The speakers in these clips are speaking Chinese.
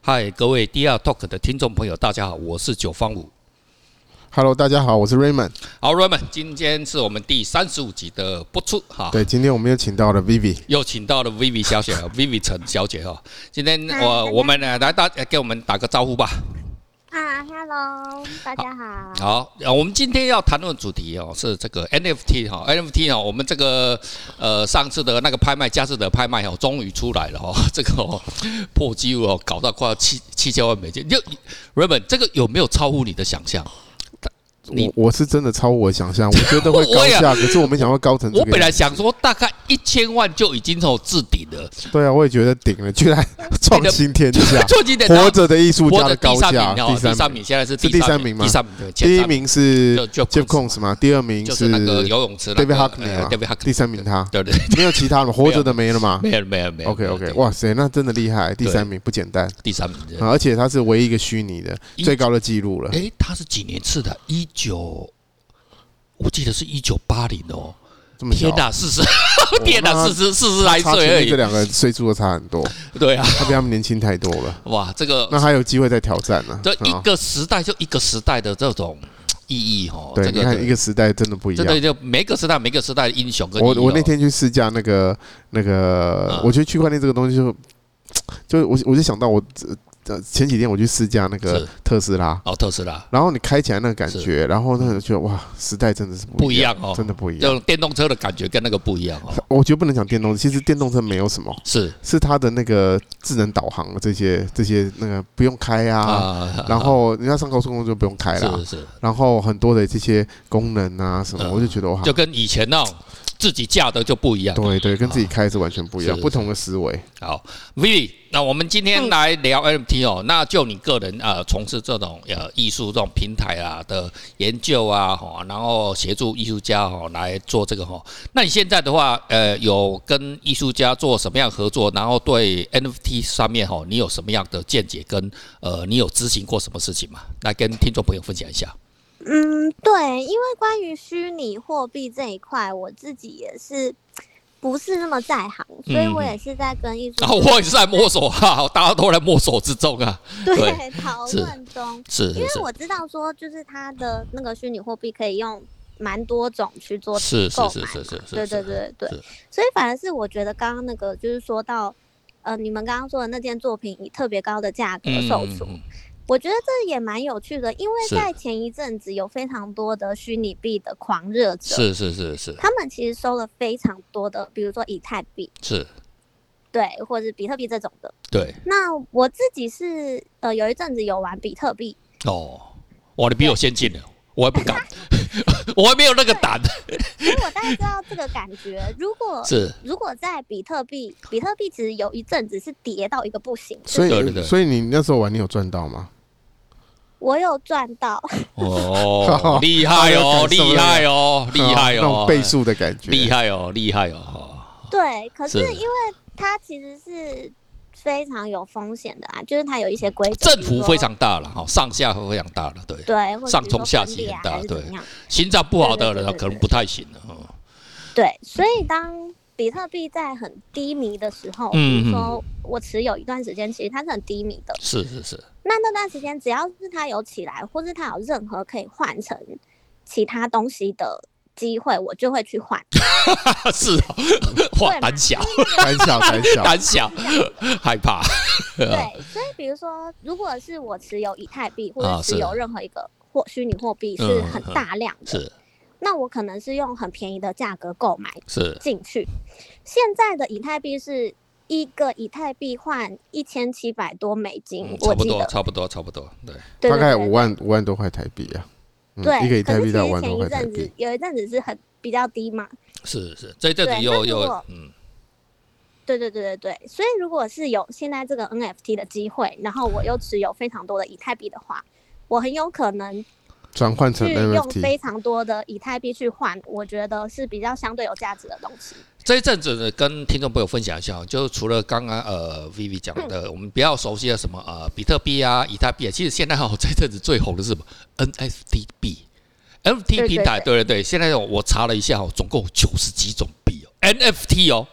嗨，各位 DR Talk 的听众朋友，大家好，我是九方五。 Hello，大家好，我是 Raymond。好，Raymond，今天是我们第三十五集的播出哈。对，今天我们又请到了 Vivi。又请到了 Vivi 小姐，Vivi 陈小姐哈。今天我我们呢来大呃给我们打个招呼吧。啊，Hello，大家好。好，呃我们今天要谈论主题哦，是这个 NFT 哈、NFT 哦，我们这个呃上次的那个拍卖，佳士得拍卖哦，终于出来了哦， 这个、哦、破纪录哦，搞到快要七七千万美金。就 Raymond，这个有没有超乎你的想象？你我我是真的超乎我想象，我 觉得会高我也价，可是我没想到高成这我个本来样子。想说大概一千万就已经哦置顶了，对啊，我也觉得顶了，居然创新天 ，价最近的啊活着的艺术活家的的高第三价，名哦，第三名。名现在是是第第三名吗第三名对，前第一三名是就 Jeff Jeff Koons 嘛，第二名就是那个游泳池那 David 个 Hockney 呃嘛 David Hockney，第三名他，对对， 对没有 其他了，活着的没了嘛。没有没有没有 OK 对 OK，对哇塞，那真的厉害，第对三名不简单，第三名对啊而且他是唯一一个虚拟的一最高的记录了。诶，他是几年次的？一九，我记得是一九八零哦。这么小天，哪， 四十，哇天那哪，他四十四十来差前岁而面这已。两个岁数都差很多，对啊，他比他们年轻太多了。哇，这个那还有机会再挑战呢、这哦一啊。个哦时代就一个时代的这种意义哦。对，这你看一个个时代真的不一真的样。就每个时代每个时代的英雄跟我英我那雄天去试驾那个那个嗯，我觉得区块链这个东西就就我我就想到我呃前几天我去试驾那个是特斯拉，哦特斯拉然后你开起来那个感觉，然后那个觉得哇，时代真的是不不一一样，样哦，真的不一这样。种电动车的感觉跟那个不一样 哦。我觉得不能讲电动，其实电动车没有什么，是是它的那个智能导航的这些这些那个不用开啊，啊然后人家上高速公路就不用开了是，是，然后很多的这些功能啊什么，嗯我就觉得哇，就跟以前那种自己驾的就不一样。对对，跟自己开是完全不一样是，不同的思维。好，Vivi，那我们今天来聊嗯 NFT 哦。那就你个人呃，从事这种呃艺术这种平台啊的研究啊，哈，然后协助艺术家哈来做这个哈。那你现在的话，呃，有跟艺术家做什么样合作？然后对 NFT 上面哈，你有什么样的见解？跟呃，你有执行过什么事情吗？来跟听众朋友分享一下。嗯，对，因为关于虚拟货币这一块，我自己也是不是那么在行，所以我也是在跟艺术然后嗯啊哦我也是在摸索哈，大家都在摸索之中啊。 对对讨是论中，是因是为是我知道说，就是它的那个虚拟货币可以用蛮多种去做是购是是买是是是，对对对对是，所以反而是我觉得刚刚那个就是说到，呃，你们刚刚说的那件作品以特别高的价格嗯，售嗯出，嗯我觉得这也蛮有趣的，因为是在前一阵子有非常多的虚拟币的狂热者，是是是是他们其实收了非常多的，比如说以太币，是，对，或者是比特币这种的。对。那我自己是呃有一阵子有玩比特币，哦，哇，你比我先进了，我还不敢， 我还没有那个胆。所以我大概知道这个感觉。如果是如果在比特币，比特币其实有一阵子是跌到一个不行，所对对对以所以你那时候玩，你有赚到吗？我有赚到，哦，厉害 哦，厉害哦，厉害那种哦，倍数的感觉，厉害哦，厉害哦。对，可是是因为它其实是非常有风险的啊，就是它有一些规则，振比如幅说非常大哦了哈，上下非常大了，对，对，或者上比如冲说下分洗裂很啊大还是怎么对样心脏不好的对对人对对可能不太行了。哦对，所以当比特币在很低迷的时候，嗯比如说我持有一段时间，其实它是很低迷的。是是是， 那那段时间，只要是它有起来，或是它有任何可以换成其他东西的机会，我就会 去换。是哦，哇，胆小，胆小胆 小，胆小，害怕。对，所以比如说，如果是我持有以太币，或啊者是持有任何一个货虚拟货币是很大量的，是那我可能是用很便宜的价格购买是，进去。现在的以太币是一个以太币换一千七百多美金，嗯，差我不记多，得差不多，差不多，对，对大对概对五万五万多块台币啊，嗯对，一个以太币可在是五其实万多块前一台阵子币，有一阵子是很比较低嘛，是是，这一阵子对又那如又果嗯，对对对对对，所以如果是有现在这个 NFT 的机会，然后我又持有非常多的以太币的话。我很有可能转换成去用 NFT，非常多的以太币去换，我觉得是比较相对有价值的东西。这一阵子呢，跟听众朋友分享一下，就是除了刚刚呃 Vivi 讲嗯的，我们比较熟悉的什么呃比特币啊、以太币啊，其实现在哦这一阵子最红的是什么 NFT 币，NFT 对平台，对对对，现在我查了一下哦，总共有九十几种币哦，NFT 哦，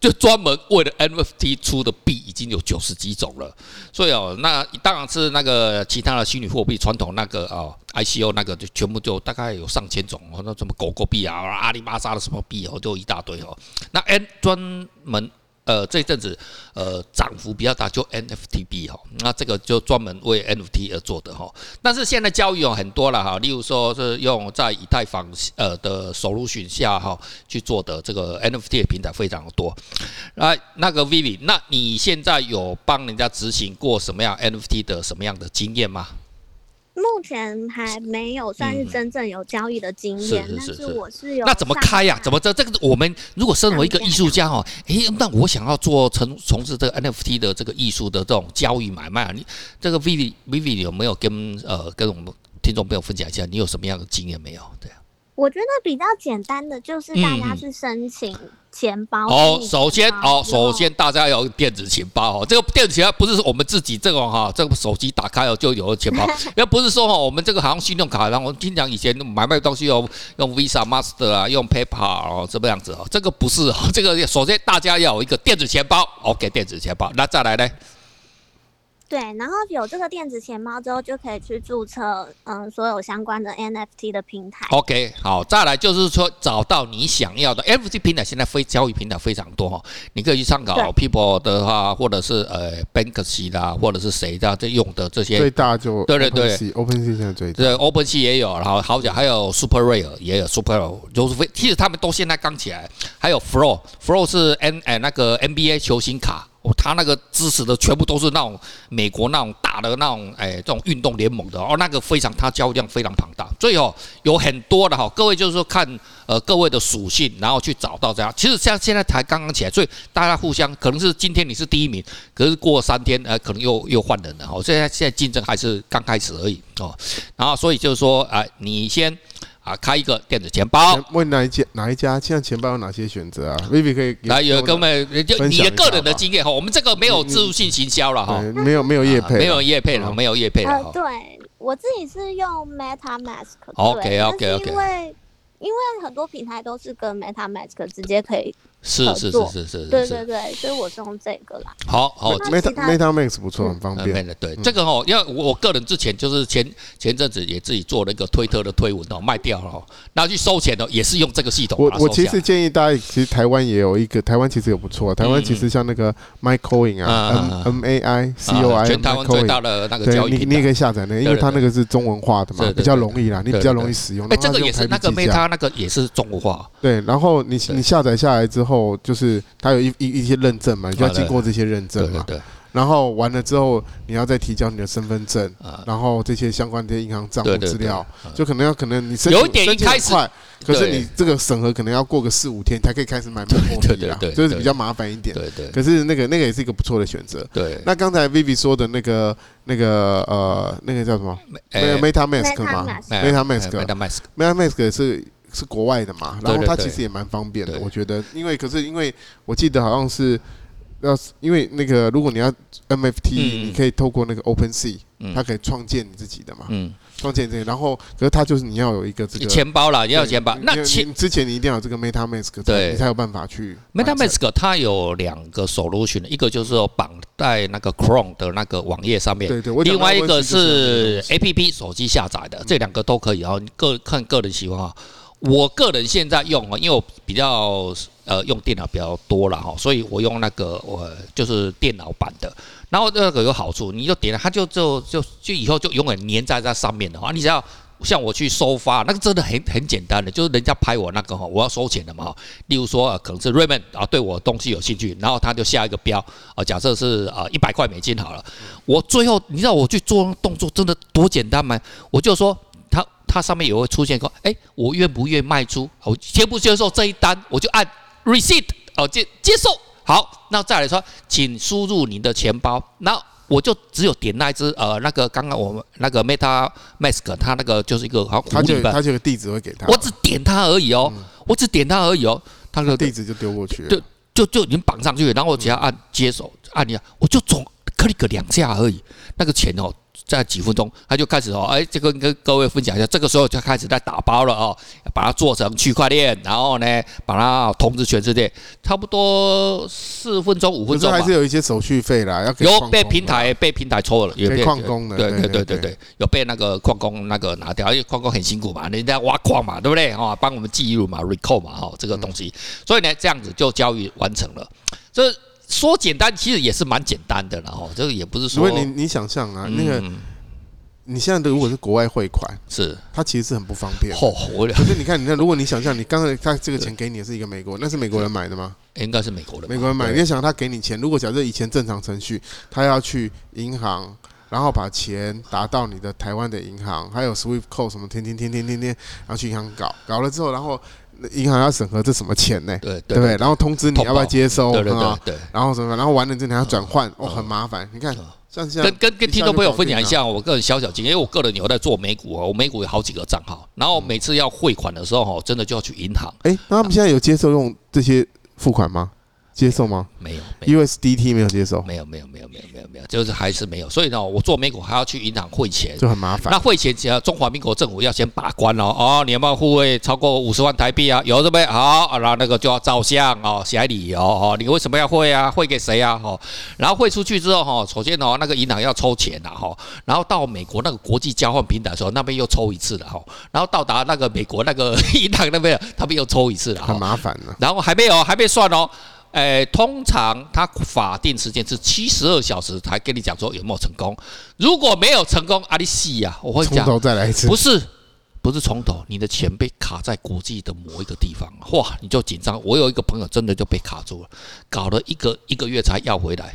就专门为了 NFT 出的币已经有九十几种了，所以哦，那当然是那个其他的虚拟货币，传统那个哦 ICO 那个就全部就大概有上千种哦，那什么狗狗币啊、阿里巴巴的什么币哦，就一大堆哦。那 N 专门呃这一阵子呃涨幅比较大，就 NFT 币哦，那这个就专门为 NFT 而做的哈、哦。但是现在交易有很多了哈，例如说是用在以太坊呃的 solution 下哈去做的这个 NFT 的平台非常的多。啊，那个 Vivi，那你现在有帮人家执行过什么样 NFT 的什么样的经验吗？目前还没有算是真正有交易的经验，嗯是是是但是是我是有那怎么开呀、怎么么这这个我们如果身为一个艺术家哦，诶，那我想要做从从事这个 NFT 的这个艺术的这种交易买卖啊，你这个 Vivi Vivi 有没有跟呃跟我们听众朋友分享一下，你有什么样的经验没有？对啊，我觉得比较简单的就是大家嗯去申请钱包哦，密首先码哦，然后首先大家要有电子钱包哦，这个电子钱包不是我们自己这种哈，这个手机打开哦就有了钱 包，要不是说哦，我们这个好像信用卡，然后经常以前买卖东西哦，用 Visa、Master 啊，用 PayPal 哦，这么样子哦，这个不是哦， 这个首先大家要有一个电子钱包，OK，电子钱包，那再来呢？对，然后有这个电子钱包之后，就可以去注册嗯、呃所有相关的 NFT 的平台。 OK，好，再来就是说找到你想要的 NFT 平台，现在非交易平台非常多哈、哦，你可以去参考对 People 的话，或者是呃 Banksy 啦，或者是谁的这用的这些最大就对对对 OpenSea，OpenSea 现在最大。这 OpenSea 也有，然后好久还有 Super Rare 也有 Super，Rare，就是非其实他们都现在刚起来，还有 Flow，Flow 是 N 哎那个 NBA 球星卡，哦，他那个支持的全部都是那种美国那种大的那种哎这种运动联盟的哦，那个非常它交易量非常庞大，所以哦有很多的哈、各位就是说看呃各位的属性，然后去找到这样，其实像现在才刚刚起来，所以大家互相可能是今天你是第一名，可是过三天呃可能又又换人了哈、哦，现在现在竞争还是刚开始而已哦。然后所以就是说啊、你先啊开一个电子钱包。先问哪一家哪一家？现在钱包有哪些选择啊？Vivi 可以给来，有给哥我们们，就分你享的一个下人的吧经验哈，我们这个没有自助性行销了哈，对没有没有业呃配，没有业配了，嗯没有业配了呃，哈。对我自己是用 MetaMask 对。 OK，OK，OK 但是因为因为很多平台都是跟 MetaMask 直接可以，是合是是作是是对是对是，对，所以我是用这个啦。好好。那 Meta 其他 Meta Max 不错，很方呃，便嗯对。对对，这个哦，因为我个人之前就是前前阵子也自己做了一个推特的推文哦，卖掉了哦，拿去收钱的，也是用这个系统我把它我收其下实建议大家，其实台湾也有一个，台湾其实也不错。啊台湾其实像那个 MyCoin 啊嗯，M M A I C 啊 O I 全台湾最大 MyCoin，的那个交对，易你平你也台可。以下载那个，因对为对它那个是中文化的对嘛对，对比较容易啦，你比较容易使用。哎，然后这个它也用是台那个币计价 Meta 那个也是中国化，对，然后你对你下载下来之后，就是它有一一一些认证嘛，你就要经过这些认啊对证对嘛。对，然后完了之后，你要再提交你的身份证啊，然后这些相关的银行账户对对资对料，就可能要可能你申有一请点申请一开很始快，可是对你这个审核可能要过个四五天才可以开始买卖货对币啊对对，就是对比较麻烦一点。对对可是那个那个也是一个不错的选择。对。那刚才 Vivi 说的那个那个呃那个叫什么？那哎个 Meta Mask 吗 MetaMask 呃？Meta Mask Meta Mask， Meta Mask 也是是国外的嘛，对然后它对对其实也蛮方便的，对我觉得，因为可是因为我记得好像是要是因为那个如果你要 NFT，、嗯你可以透过那个 OpenSea，、嗯它可以创建你自己的嘛，嗯，创建这个，然后可是它就是你要有一个这个钱包啦，也要钱包对。那你钱你之前你一定要有这个 Meta Mask，对你才有办法去完成 MetaMask 它有两个 solution，一个就是说绑在那个 Chrome 的那个网页上面，对对，我另外一个是哎 A P P 手机下载的，这两个都可以哦，你个看个人喜欢啊。我个人现在用啊，因为我比较呃用电脑比较多了哈，所以我用那个我就是电脑版的。然后那个有好处，你就点了，它就就就就以后就永远粘在这上面的话，你只要像我去收发，那个真的很很简单的，就是人家拍我那个哈，我要收钱的嘛哈。例如说，呃可能是 Raymond 啊对我东西有兴趣，然后他就下一个标啊，假设是啊一百块美金好了，我最后你知道我去做动作真的多简单吗？我就说它它上面也会出现说，哎，我愿不愿卖出？我接不接受这一单？我就按 receipt 哦接接受。好，那再来说，请输入你的钱包。那我就只有点那一只呃那个刚刚我们那个 Meta Mask，它那个就是一个好它像狐就狸有吧，它就嗯有个地址会给他，我只点它而已哦，我只点它而已哦，它的地址就丢过去了，对就就已经啊绑上去了，然后我只要按接手按一下，我就总 click 两下而已，那个钱哦在几分钟，他就开始哦，哎，这个跟各位分享一下，这个时候就开始在打包了哦，把它做成区块链，然后呢，把它通知全世界，差不多四分钟五可分是钟还吧是。有一些手续费啦，要给有矿被工平啦台被平台抽了，有给被矿工的对对对对对对对，有被那个矿工那个拿掉，因为矿工很辛苦嘛，人家挖矿嘛，对不对？哈，帮我们记录嘛，recall 嘛，哈，这个东嗯西，所以呢，这样子就交易完成了。这说简单，其实也是蛮简单的了哈，这个也不是如说果你你想象啊，那个嗯你现在的如果是国外汇款，是它其实是很不方便的。吼活了可，是你看，你看，如果你想象，你刚才他这个钱给你的是一个美国，那是美国人买的吗？应该是美国的吧，美国人买，你对要想他给你钱，如果假设以前正常程序，他要去银行，然后把钱打到你的台湾的银行，还有 SWIFT 扣什么，天天天天天天，然后去银行搞，搞了之后，然后呃银行要审核这什么钱呢？对对不对？然后通知你通报要不要接收对对对啊？对。然后什么？然后完了之后你还要转换，嗯哦，很麻烦。你看，像现在跟跟跟一下听众就朋友搞分定享一了下我个人小小经验，因为我个人有在做美股哦，我美股有好几个账号，然后每次要汇款的时候哦，真的就要去银行，哎，那他们现在有接受用这些付款吗？接受吗没有，没有。 ？USDT 没有接受，没有没有没有没有没有没有，就是还是没有。所以呢，我做美股还要去银行汇钱。就很麻烦那。汇钱，只要中华民国政府要先把关哦。哦，你有没有护卫超过五十万台币啊？有对不对？好，啊然后那个就要照相哦，写理由哦。你为什么要汇啊？汇给谁啊？哦，然后汇出去之后哈，首先哦，那个银行要抽钱呐哈，然后到美国那个国际交换平台的时候，那边又抽一次了哈，然后到达那个美国那个 银行那边，他们又抽一次了很哈。麻烦呢、然后还没有，还没算哦。诶，通常他法定时间是七十二小时才跟你讲说有没有成功。如果没有成功，啊阿里西呀，我会从讲头再来一次不。是，不是从头，你的钱被卡在国际的某一个地方，啊哇，你就紧张。我有一个朋友真的就被卡住了，搞了一个一个月才要回 来。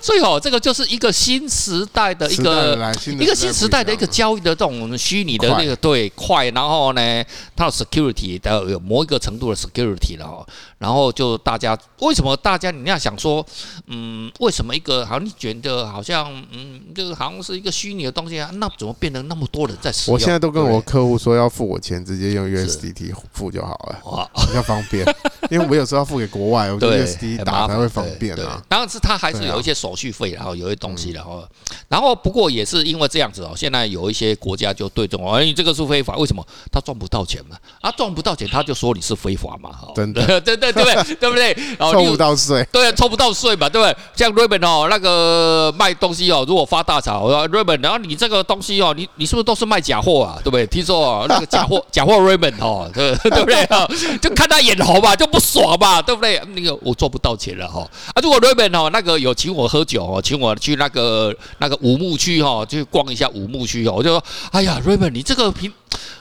所以哦，这个就是一个新时代的一时代的个来新的一个新时代的一个不样啊交易的这种虚拟的那个对快，然后呢，它的 security 的有某一个程度的 security 了哦，然后就大家为什么大家你要想说，嗯，为什么一个好像你觉得好像嗯，这个好像是一个虚拟的东西啊，那怎么变成那么多人在使我用？现在都跟我对客户说，要付我钱，直接用 USDT 付就好了，不对哇，比较方 便。因为我有时候要付给国外，我觉得对 USDT 很打麻才烦会方对便对啊。当然是它还是对啊嗯有一些手续费，然后有一些东西，然后然后不过也是因为这样子哦，现在有一些国家就对这种，哎，你这个是非法，为什么？他赚不到钱嘛，啊，赚不到钱，他就说你是非法嘛，哈，真的的， 对对对不对？对不对？ 哦凑例如不到税，对啊，抽不到税嘛，对不对？像 Raymond 哦，那个卖东西哦，如果发大财哦，Raymond，然后你这个东西哦，你你是不是都是卖假货啊？对不对？听说哦，那个假货假货 Raymond 哦，对 对不对啊？ 就看他眼红嘛，就不爽嘛，对不对？那个我做不到钱了哈、哦、啊！如果 Raymond 哦，那个有请我喝酒哦，请我去那个那个五牧区哦，去逛一下五牧区哦，我就说，哎呀，Raymond，你这个平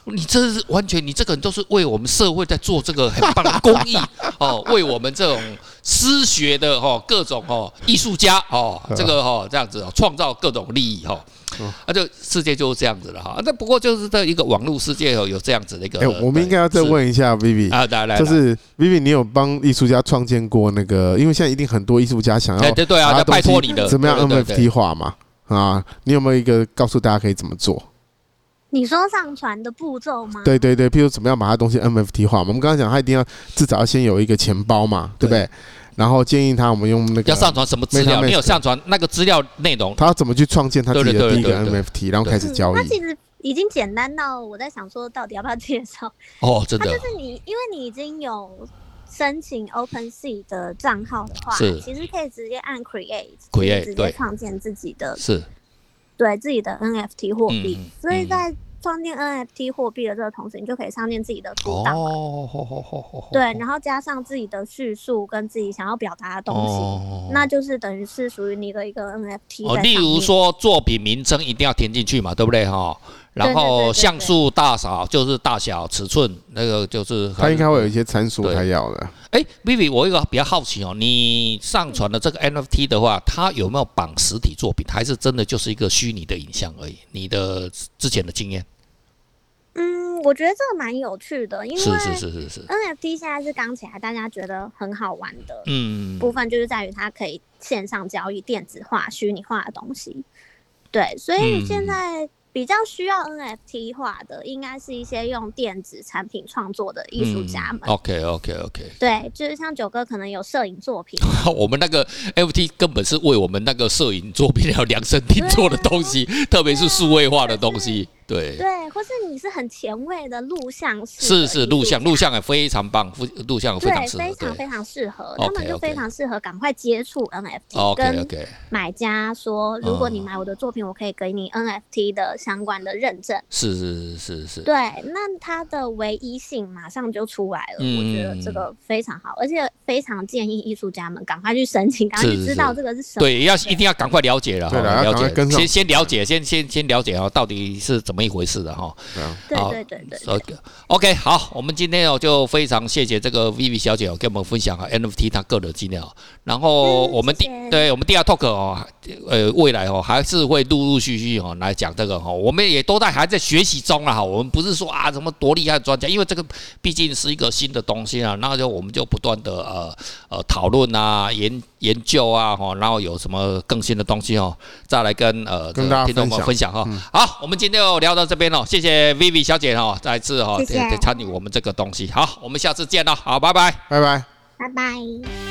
你这是完全，你这个人都是为我们社会在做这个很棒的公益哦， 为我们这种失学的哦，各种哦艺术家哦，这个哦这样子哦，创造各种利益哦嗯，啊，就世界就是这样子了哈。啊那不过就是在一个网络世界哦，有这样子的一个呃哎，，我们应该要再是问一下 Vivi，啊，来来，就来是 Vivi，你有帮艺术家创建过那个？因为现在一定很多艺术家想哎要对对啊，把那东拜西托你的，怎么样嗯对对对 NFT 化嘛？啊，你有没有一个告诉大家可以怎么做？你说上传的步骤吗？对对对，譬如怎么样把它东西 NFT 化嘛？我们刚刚讲，他一定要至少要先有一个钱包嘛，对不对？然后建议他我们用那个要上传什么资 MetaMask 料？没有上传那个资料内容，他要怎么去创建他自己对的对对第一个对对 NFT，然后开始嗯交它易。其实已经简单到我在想说，到底要不要介绍？哦，真它的啊就，是你，因为你已经有申请 OpenSea 的账号的话，是其实可以直接按 Create， Create，直接哎对创建自己的是，对自己的 NFT 货币。嗯嗯所以嗯在创建 NFT 货币的这个同时，你就可以创建自己的哦主档，，吼吼吼吼吼对，然后加上自己的叙述跟自己想要表达的东西。哦那就是等于是属于你的一个 NFT 哦，在例上如面说作品名称一定要填进去嘛，对不对哈？然对对对后对像素大小就是大小、尺寸，那个就是他应该会有一些参数对他要的，哎，Vivi，我有一个比较好奇哦，你上传的这个 NFT 的话，它有没有绑实体作品，还是真的就是一个虚拟的影像而已？你的之前的经验嗯，我觉得这个蛮有趣的，因为是是是是是， NFT 现在是刚起来，大家觉得很好玩的嗯，部分，就是在于它可以线上交易、电子化、虚拟化的东西。对，所以嗯现在比较需要 NFT 化的，应该是一些用电子产品创作的艺术家们。 OK OK OK，对，就是像九哥可能有摄影作品， 我们那个 FT 根本是为我们那个摄影作品还有量身定做的东西，特别是数位化的东西。对，对，或是你是很前卫的录像式的是艺术家，是录像，录像也非常棒，录像也非常对，适合。非常对非常适合， OK，他们就非 OK 常适合赶快接触 NFT， ，OK 跟 OK，买家说，如果你嗯买我的作品，我可以给你 NFT 的相关的认证。是是是是是，对，那它的唯一性马上就出来了，我觉得这嗯个非常好，而且非常建议艺术家们赶快去申请，赶快是去是知道这个是什么。对，要一定要赶快了解了，对哈啦要了赶快跟解，上先先了解，先先先了解哦，到底是怎么一回事的哈。对啊，对好对对对对 OK OK，好，我们今天哦就非常谢谢这个 Vivi 小姐哦，跟我们分享啊 NFT 她个人资料。哦然后嗯我们第、谢谢对我们第二 talk 哦，呃，未来哦还是会陆陆续续哦来讲这个哈、哦，我们也都在还在学习中了哈。我们不是说啊什么多厉害的专家，因为这个毕竟是一个新的东西啊，那就我们就不断的呃呃讨论啊、研研究啊哈、哦，然后有什么更新的东西哦，再来跟呃跟大家听众分们享分享哈、好，我们今天就聊到这边了，哦谢谢 Vivi 小姐哈、再次哈、哦、谢谢哦参与我们这个东西。好，我们下次见了，好，拜拜。拜拜。拜拜。